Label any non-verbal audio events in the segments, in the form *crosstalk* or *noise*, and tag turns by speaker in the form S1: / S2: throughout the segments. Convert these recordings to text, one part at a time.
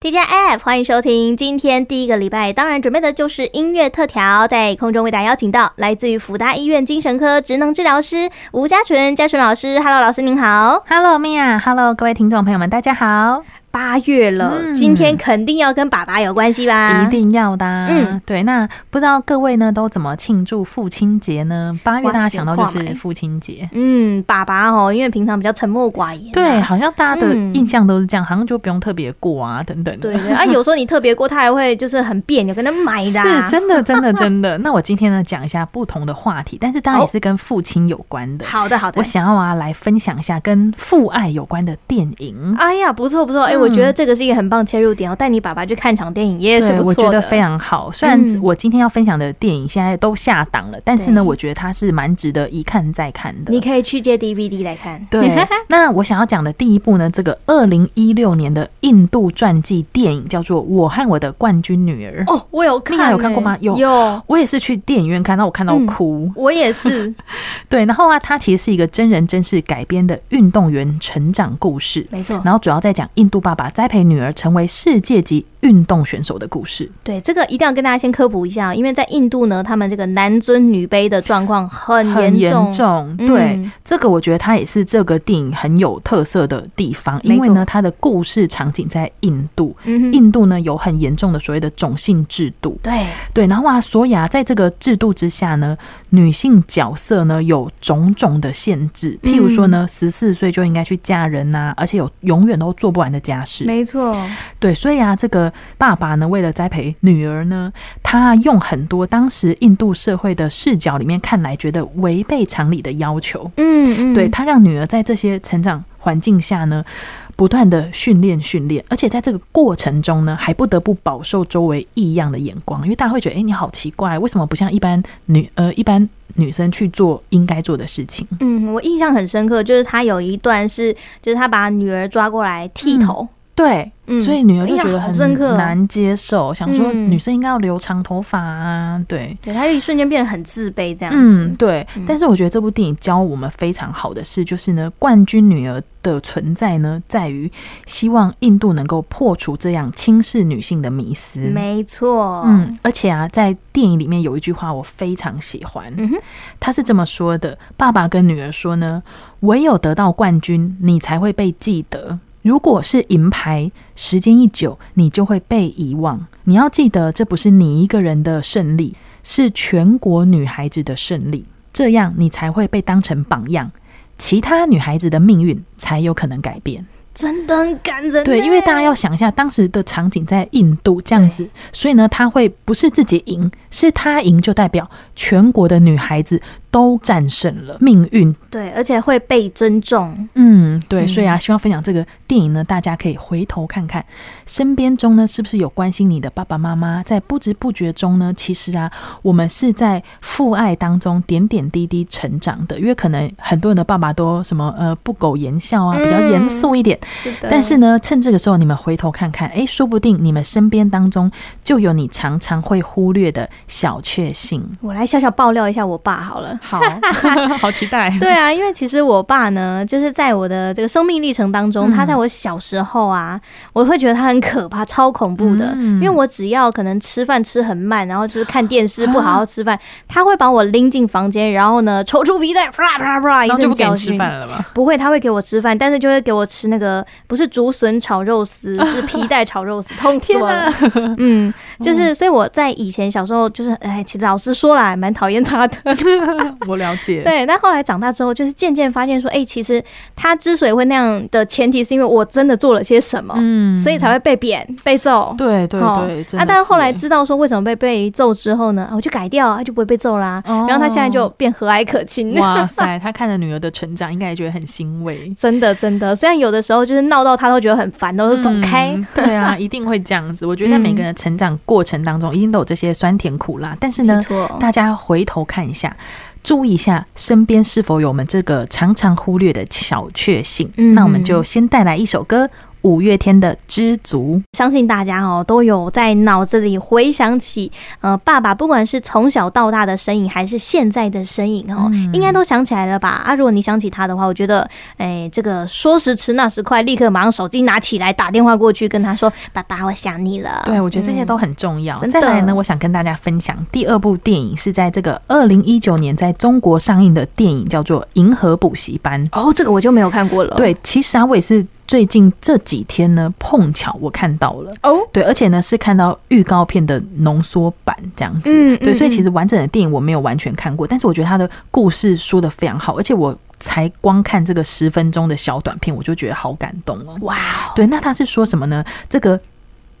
S1: T 加 App，欢迎收听。今天第一个礼拜，当然准备的就是音乐特调，在空中为大家邀请到来自于辅大医院精神科职能治疗师吴家纯，家纯老师，Hello，老师您好。
S2: Hello Mia，Hello 各位听众朋友们，大家好，
S1: 八月了，
S2: 嗯
S1: 今天肯定要跟爸爸有关系吧？
S2: 一定要的、
S1: 嗯
S2: 嗯，对，那不知道各位呢都怎么庆祝父亲节呢？八月
S1: 哇
S2: 大家想到
S1: 闲
S2: 就
S1: 话嘛哎
S2: 是父亲节。
S1: 嗯，爸爸哦，因为平常比较沉默寡言、啊
S2: 对，。好像大家的
S1: 嗯
S2: 印象都是这样，好像就不用特别过啊，等等的。
S1: 对对啊，有时候你特别过，他还会就是很别扭，跟他买的、啊。
S2: 是真的，真的，
S1: *laughs*
S2: 真的。那我今天呢，讲一下不同的话题，但是当然
S1: 好
S2: 也是跟父亲有关的。
S1: 好的好的
S2: 我。想要啊，来分享一下跟父爱有关的电影。
S1: 哎呀，不错不错，哎、
S2: 嗯
S1: 我觉得这个是一个很棒切入点哦。带你爸爸去看场电影也是
S2: 对，
S1: 不
S2: 我
S1: 错
S2: 觉
S1: 的，
S2: 得非常好。虽然
S1: 嗯
S2: 我今天要分享的电影现在都下档了，但是
S1: 对
S2: 呢，我觉得它是蛮值得一看再看的。
S1: 你可以去借 DVD 来看。 *laughs*
S2: 对，那我想要讲的第一部呢，这个二零一六年的印度传记电影叫做《我和我的冠军女儿》，
S1: *laughs* 哦，我有看、
S2: 你还有看过吗
S1: 欸
S2: 有
S1: 有，
S2: 我也是去电影院看，那我看到
S1: 嗯
S2: 哭。
S1: 我也是，
S2: 对，然后啊，它其实是一个真人真事改编的运动员成长故事，
S1: *laughs* 没错。
S2: 然后主要在讲印度爸爸栽培女儿成为世界级运动选手的故事。
S1: 对，这个一定要跟大家先科普一下哦，因为在印度呢，他们这个男尊女卑的状况很
S2: 很
S1: 严
S2: 严
S1: 重。
S2: 重，
S1: 嗯
S2: 对、这个，我觉得它也是这个电影很有特色的地方，
S1: 没
S2: 因为
S1: 错
S2: 呢，它的故事场景在印度，
S1: 嗯哼，
S2: 印度呢有很严重的所谓的种姓制度，
S1: 对，
S2: 对，然后啊，所以啊，在这个制度之下呢，女性角色呢有种种的限制，譬如说呢，
S1: 嗯
S2: 十四岁就应该去嫁人呐、而且有永远都做不完的家事，
S1: 没错，
S2: 对，所以啊，这个爸爸呢，为了栽培女儿呢，他用很多当时印度社会的视角里面看来觉得违背常理的要求，
S1: 嗯嗯，
S2: 对他让女儿在这些成长环境下呢，不断的训练训练，而且在这个过程中呢，还不得不饱受周围异样的眼光，因为大家会觉得，哎、你好奇怪，为什么不像一般女呃一般女生去做应该做的事情？
S1: 嗯，我印象很深刻，就是他有一段是，就是他把女儿抓过来剃头，
S2: 对，
S1: 嗯，
S2: 所以女儿就觉
S1: 哎
S2: 得
S1: 呀好深
S2: 很
S1: 刻哦
S2: 难接受，想说
S1: 嗯
S2: 女生应该要留长头发啊，对。
S1: 对他就一瞬间变得很自卑这样子。
S2: 嗯，对
S1: 嗯。
S2: 但是我觉得这部电影教我们非常好的事，就是呢，冠军女儿的存在呢，在于希望印度能够破除这样轻视女性的迷思。
S1: 没错，
S2: 嗯，而且啊，在电影里面有一句话我非常喜欢，
S1: 嗯哼
S2: 他是这么说的：爸爸跟女儿说呢，唯有得到冠军，你才会被记得。如果是银牌，时间一久，你就会被遗忘。你要记得，这不是你一个人的胜利，是全国女孩子的胜利。这样，你才会被当成榜样，其他女孩子的命运才有可能改变。
S1: 真的很感人呢。欸
S2: 对，因为大家要想一下当时的场景在印度这样子，所以呢，他会不是自己赢，是他赢就代表全国的女孩子都战胜了命运。
S1: 对，而且会被尊重。
S2: 嗯，对，
S1: 嗯
S2: 所以啊，希望分享这个电影呢，大家可以回头看看，身边中呢是不是有关心你的爸爸妈妈，在不知不觉中呢，其实啊，我们是在父爱当中点点滴滴成长的，因为可能很多人的爸爸都什么呃不苟言笑啊，比较
S1: 嗯
S2: 严肃一点。
S1: 是的
S2: 但是呢，趁这个时候你们回头看看，诶，说不定你们身边当中就有你常常会忽略的小确幸。
S1: 我来小小爆料一下我爸好了。
S2: 好， *laughs* 好期待。
S1: *laughs* 对啊，因为其实我爸呢，就是在我的这个生命历程当中，
S2: 嗯
S1: 他在我小时候啊，我会觉得他很可怕、超恐怖的。
S2: 嗯
S1: 因为我只要可能吃饭吃很慢，然后就是看电视不好好吃
S2: *laughs*
S1: 饭，他会把我拎进房间，然后呢抽出皮带，啪啪啪一
S2: 然后
S1: 顿
S2: 就不给
S1: 教
S2: 你
S1: 训
S2: 吃。饭了吧？
S1: 不会，他会给我吃饭，但是就会给我吃那个不是竹笋炒肉丝， *laughs* 是皮带炒肉
S2: *laughs*
S1: 丝，痛死我了。嗯，就是，所以我在以前小时候就是，哎，其实老实说啦，蛮讨厌他的。
S2: 我了解。
S1: 对，但后来长大之后，就是渐渐发现说，哎、其实他之所以会那样的前提，是因为我真的做了些什么，
S2: 嗯
S1: 所以才会被扁、被揍。
S2: 对对
S1: 哦
S2: 对，真
S1: 啊，
S2: 的
S1: 但是后来
S2: 是
S1: 知道说为什么被被揍之后呢，啊我就改掉，啊，就不会被揍啦、
S2: 哦
S1: 然后他现在
S2: *laughs*
S1: 就变和蔼可亲。
S2: 哇塞，他看着女儿的成长，应该也觉得很欣慰。
S1: *laughs* 真的真的，虽然有的时候就是闹到他都觉得很烦，都说走开。
S2: 嗯对啊，一定会这样子。我觉得在每个人的成长过程当中，一定都有这些酸甜苦辣，但是呢
S1: 没，错，
S2: 大家回头看一下，注意一下身边是否有我们这个常常忽略的小确幸。
S1: 嗯
S2: 那我们就先带来一首歌《五月天的《知足》。
S1: 相信大家哦都有在脑子里回想起，呃，爸爸不管是从小到大的身影，还是现在的身影哦，
S2: 嗯
S1: 应该都想起来了吧？啊，如果你想起他的话，我觉得，哎，这个说时迟那时快，立刻马上手机拿起来打电话过去跟他说：“爸爸，我想你了。”
S2: 对，我觉得这些都很重要。
S1: 真的
S2: 再来呢，我想跟大家分享第二部电影是在这个二零一九年在中国上映的电影，叫做《银河补习班》。
S1: 哦，这个我就没有看过了。
S2: 对，其实啊，我也是最近这几天呢，碰巧我看到了。
S1: 哦，
S2: 对，而且呢是看到预告片的浓缩版这样子，
S1: 嗯
S2: 对，
S1: 嗯
S2: 所以其
S1: 嗯
S2: 实完整的电影我没有完全看过，但是我觉得它的故事说的非常好，而且我才光看这个十分钟的小短片，我就觉得好感动哦。
S1: 哇哦，
S2: 对，那他是说什么呢？这个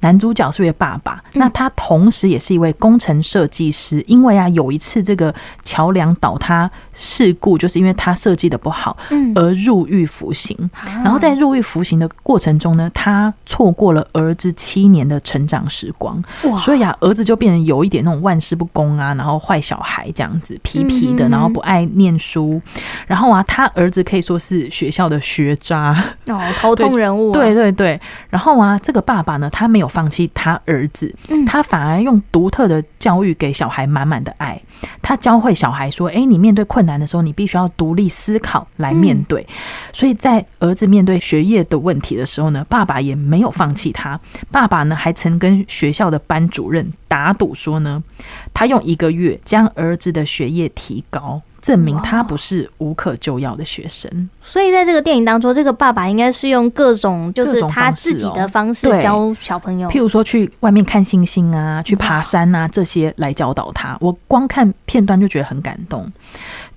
S2: 男主角是一位爸爸，
S1: 嗯
S2: 那他同时也是一位工程设计师。因为啊，有一次这个桥梁倒塌事故，就是因为他设计的不好
S1: 嗯，啊
S2: 而入狱服刑。然
S1: 然
S2: 后在入狱服刑的过程中呢，他错过了儿子七年的成长时光，
S1: 哇，
S2: 所以啊，儿子就变成有一点那种万事不公啊，然后坏小孩这样子，皮皮
S1: 嗯
S2: 的，
S1: 嗯嗯
S2: 然后不爱念书，然后啊，他儿子可以说是学校的学渣，
S1: 哦，头痛人物、啊，
S2: 对，对对，然后啊，这个爸爸呢，他没有放弃他儿子，
S1: 嗯
S2: 他反而用独特的教育给小孩满满的爱。他教会小孩说：“诶，哎你面对困难的时候，你必须要独立思考来面
S1: 嗯
S2: 对。所以在儿子面对学业的问题的时候呢，爸爸也没有放弃他。爸爸呢，还曾跟学校的班主任打赌说呢，他用一个月将儿子的学业提高，证明他不是无可救药的学生。
S1: 所以在这个电影当中，这个爸爸应该是用各种就是
S2: 各种
S1: 他
S2: 方式
S1: 自己的方式
S2: 哦对
S1: 教小朋友
S2: 譬，如说去外面看星星
S1: 嗯
S2: 啊，去爬山啊，这些来教导他。我光看片段就觉得很感动。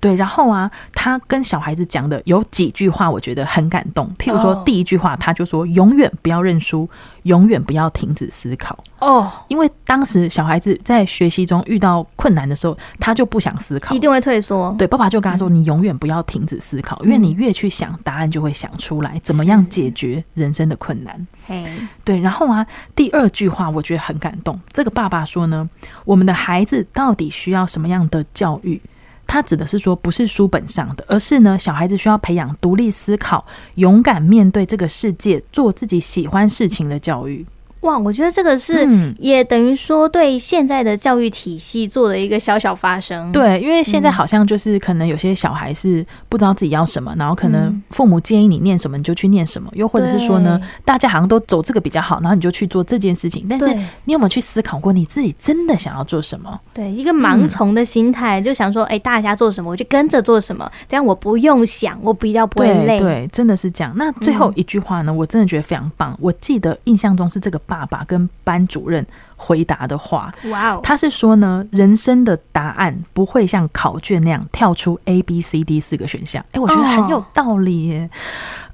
S2: 对，然后啊，他跟小孩子讲的有几句话，我觉得很感动。譬如说
S1: 哦，
S2: 第一句话他就说：“永远不要认输，永远不要停止思考。
S1: 哦，”
S2: 因为当时小孩子在学习中遇到困难的时候，他就不想思考
S1: 一。定会嗯退缩，
S2: 对，爸爸就跟他说：“你永远不要停止思考，因为
S1: 嗯
S2: 你越去想，答案就会想出来，怎么样解决人生的困难。”
S1: 嘿，
S2: 对，然后啊，第二句话我觉得很感动。这个爸爸说呢，我们的孩子到底需要什么样的教育？他指的是说，不是书本上的，而是呢，小孩子需要培养独立思考、勇敢面对这个世界、做自己喜欢事情的教育。
S1: 哇，我觉得这个是。
S2: 嗯，
S1: 也等于说对现在的教育体系做了一个小小发声，，
S2: 对，因为现在好像就是可能有些小孩是不知道自己要什么，然后可
S1: 嗯
S2: 能父母建议你念什么你就去念什么，又或者是说呢，大家好像都走这个比较好，然后你就去做这件事情。但是
S1: 对
S2: 你有没有去思考过你自己真的想要做什么？
S1: 对，一个盲从的心态，就想说，哎、大家做什么我就跟着做什么，这样我不用想，我比较不会
S2: 对
S1: 累，嗯
S2: 对，真的是这样。那最后一句话呢，我真的觉得非常棒。我记得印象中是这个爸爸跟班主任回答的话，
S1: 哇哦，
S2: 他是说呢，人生的答案不会像考卷那样跳出 A、B、C、D 四个选项。哎，我觉得很有
S1: 哦
S2: 道理耶。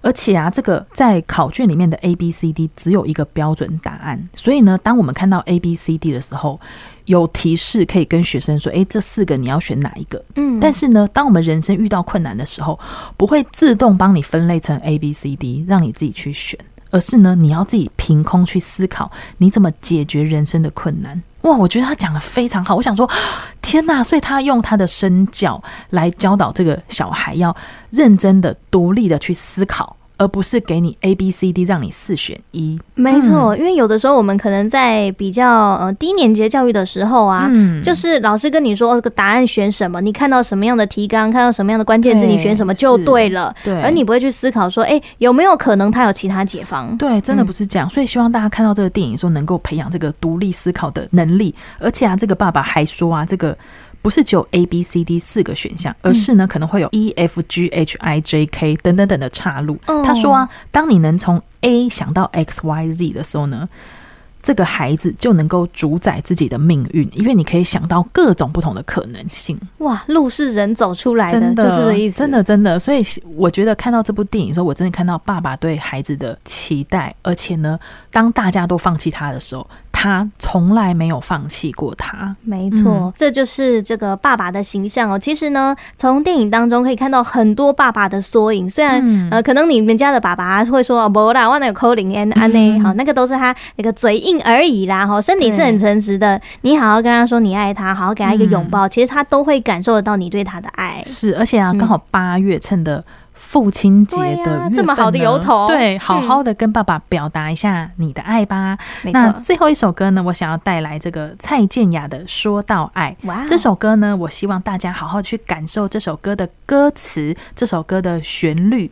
S2: 而且啊，这个在考卷里面的 A、B、C、D 只有一个标准答案，所以呢，当我们看到 A、B、C、D 的时候，有提示可以跟学生说：“哎，这四个你要选哪一个？”
S1: 嗯
S2: 但是呢，当我们人生遇到困难的时候，不会自动帮你分类成 A、B、C、D，让你自己去选，而是呢，你要自己凭空去思考，你怎么解决人生的困难。哇，我觉得他讲的非常好，我想说，天呐！所以他用他的身教来教导这个小孩，要认真的、独立的去思考，而不是给你 A、B、C、D 让你四选一。
S1: 没错，因为有的时候我们可能在比较呃低年级的教育的时候啊，
S2: 嗯
S1: 就是老师跟你说、哦、这个答案选什么，你看到什么样的提纲，看到什么样的关键字，
S2: 对
S1: 你选什么就是对了。
S2: 对
S1: 而你不会去思考说，哎、有没有可能他有其他解方？
S2: 对，真的
S1: 嗯
S2: 不是这样。所以希望大家看到这个电影的时候，能够培养这个独立思考的能力。而且啊，这个爸爸还说啊，这个不是只有 A、B、C、D 四个选项，而是呢可能会有 E、F、G、H、I、J、K 等等等的岔路。
S1: 哦
S2: 他说啊，当你能从 A 想到 X、Y、Z 的时候呢。这个孩子就能够主宰自己的命运，因为你可以想到各种不同的可能性。
S1: 哇，路是人走出来的，
S2: 真的
S1: 就是这意思。
S2: 真，的真的。所以我觉得看到这部电影的时候，我真的看到爸爸对孩子的期待，而且呢，当大家都放弃他的时候，他从来没有放弃过他。
S1: 没错，
S2: 嗯
S1: 这就是这个爸爸的形象哦。其实呢，从电影当中可以看到很多爸爸的缩影，虽然、
S2: 嗯
S1: 呃，可能你们家的爸爸会说哦，不啦，我哪有扣零 n 安呢？好，那个都是他那个嘴硬而已啦，哈，身体是很诚实的。你好好跟他说你爱他，好好
S2: 嗯
S1: 给他一个拥抱，其实他都会感受得到你对他的爱。
S2: 是，而且啊，
S1: 嗯
S2: 刚好八月趁着父亲节
S1: 对呀
S2: 的月份呢
S1: 这么好的由头
S2: 对，
S1: 嗯
S2: 好好的跟爸爸表达一下你的爱吧。
S1: 没
S2: 那
S1: 错，
S2: 最后一首歌呢，我想要带来这个蔡健雅的《说到爱》。
S1: 哇哦，
S2: 这首歌呢，我希望大家好好去感受这首歌的歌词，这首歌的旋律，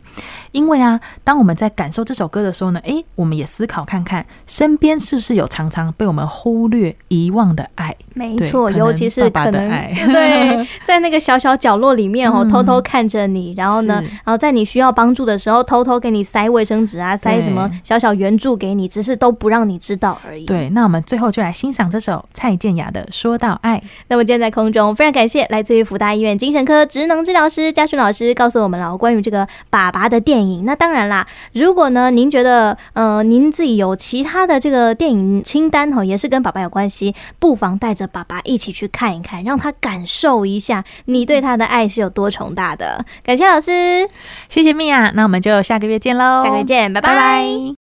S2: 因为啊，当我们在感受这首歌的时候呢，诶，我们也思考看看，身边是不是有常常被我们忽略、遗忘的爱？
S1: 没
S2: 对
S1: 错，
S2: 可能
S1: 尤其是
S2: 爸
S1: 可
S2: 爸的
S1: 能
S2: 爱
S1: *laughs*
S2: *laughs*
S1: 对，在那个小小角落里面哦，
S2: 嗯
S1: 偷偷看着你，然后呢
S2: 是，
S1: 然后在你需要帮助的时候，偷偷给你塞卫生纸啊，塞什么小小援助给你，只是都不让你知道而已。，
S2: 对，那我们最后就来欣赏这首蔡健雅的《说到爱》。
S1: 那么今天在空中，非常感谢来自于福大医院精神科职能治疗师嘉顺老师告诉我们了关于这个爸爸的电影。那当然啦，如果呢您觉得呃您自己有其他的这个电影清单哈，也是跟爸爸有关系，不妨带着爸爸一起去看一看，让他感受一下你对他的爱是有多重大的。感谢老师，
S2: 谢谢米娅，那我们就下个月见喽，
S1: 下个月，见，拜
S2: 拜
S1: 拜
S2: 拜